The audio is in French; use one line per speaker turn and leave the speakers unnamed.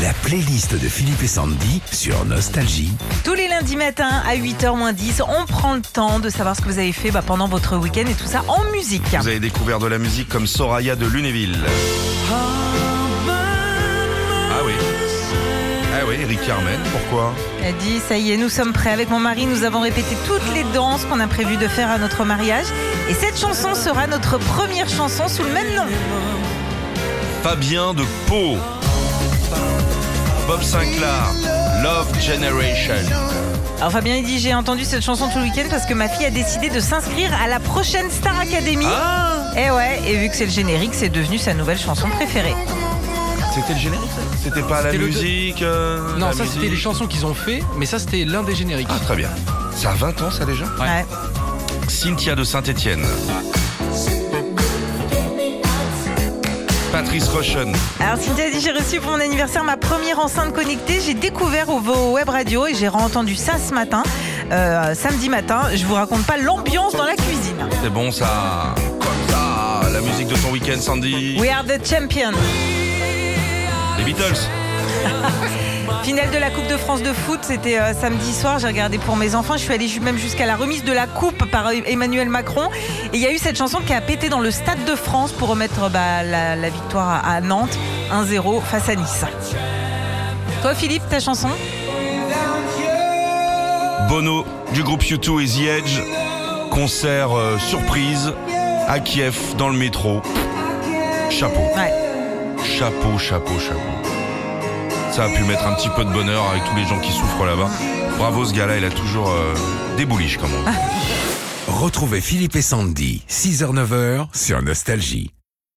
La playlist de Philippe et Sandy sur Nostalgie.
Tous les lundis matins à 8h moins 10, on prend le temps de savoir ce que vous avez fait bah, pendant votre week-end et tout ça en musique.
Vous avez découvert de la musique comme Soraya de Lunéville. Ah oui. Ah oui, Ricky Armen, pourquoi
Elle dit Ça y est, nous sommes prêts. Avec mon mari, nous avons répété toutes les danses qu'on a prévu de faire à notre mariage. Et cette chanson sera notre première chanson sous le même nom.
Fabien de Pau. Bob Sinclair, Love Generation.
Alors Fabien, il dit J'ai entendu cette chanson tout le week-end parce que ma fille a décidé de s'inscrire à la prochaine Star Academy.
Ah
Et ouais, et vu que c'est le générique, c'est devenu sa nouvelle chanson préférée.
C'était le générique ça C'était pas la
C'était le-
musique euh,
Non,
la
ça c'était
musique
les chansons qu'ils ont fait, mais ça c'était l'un des génériques.
Ah, très bien. Ça a 20 ans, ça déjà
Ouais.
Ouais.
Cynthia de Saint-Étienne. Patrice Rochen.
Alors Cynthia dit j'ai reçu pour mon anniversaire ma première enceinte connectée. J'ai découvert au Vaux Web Radio et j'ai entendu ça ce matin, euh, samedi matin. Je vous raconte pas l'ambiance dans la cuisine.
C'est bon, ça. Comme ça, la musique de ton week-end, Sandy.
We are the champion.
Les Beatles.
Finale de la Coupe de France de foot, c'était euh, samedi soir. J'ai regardé pour mes enfants. Je suis allée ju- même jusqu'à la remise de la coupe par euh, Emmanuel Macron. Et il y a eu cette chanson qui a pété dans le stade de France pour remettre bah, la, la victoire à- à Nantes 1-0 face à Nice. Toi Philippe, ta chanson
Bono du groupe U2 et The Edge. Concert euh, surprise à Kiev dans le métro. Chapeau,
Ouais.
chapeau, chapeau, chapeau. Ça a pu mettre un petit peu de bonheur avec tous les gens qui souffrent là-bas. Bravo ce gars-là, il a toujours euh, des bouliches comme on dit.
Retrouvez Philippe et Sandy, 6h-9h sur Nostalgie.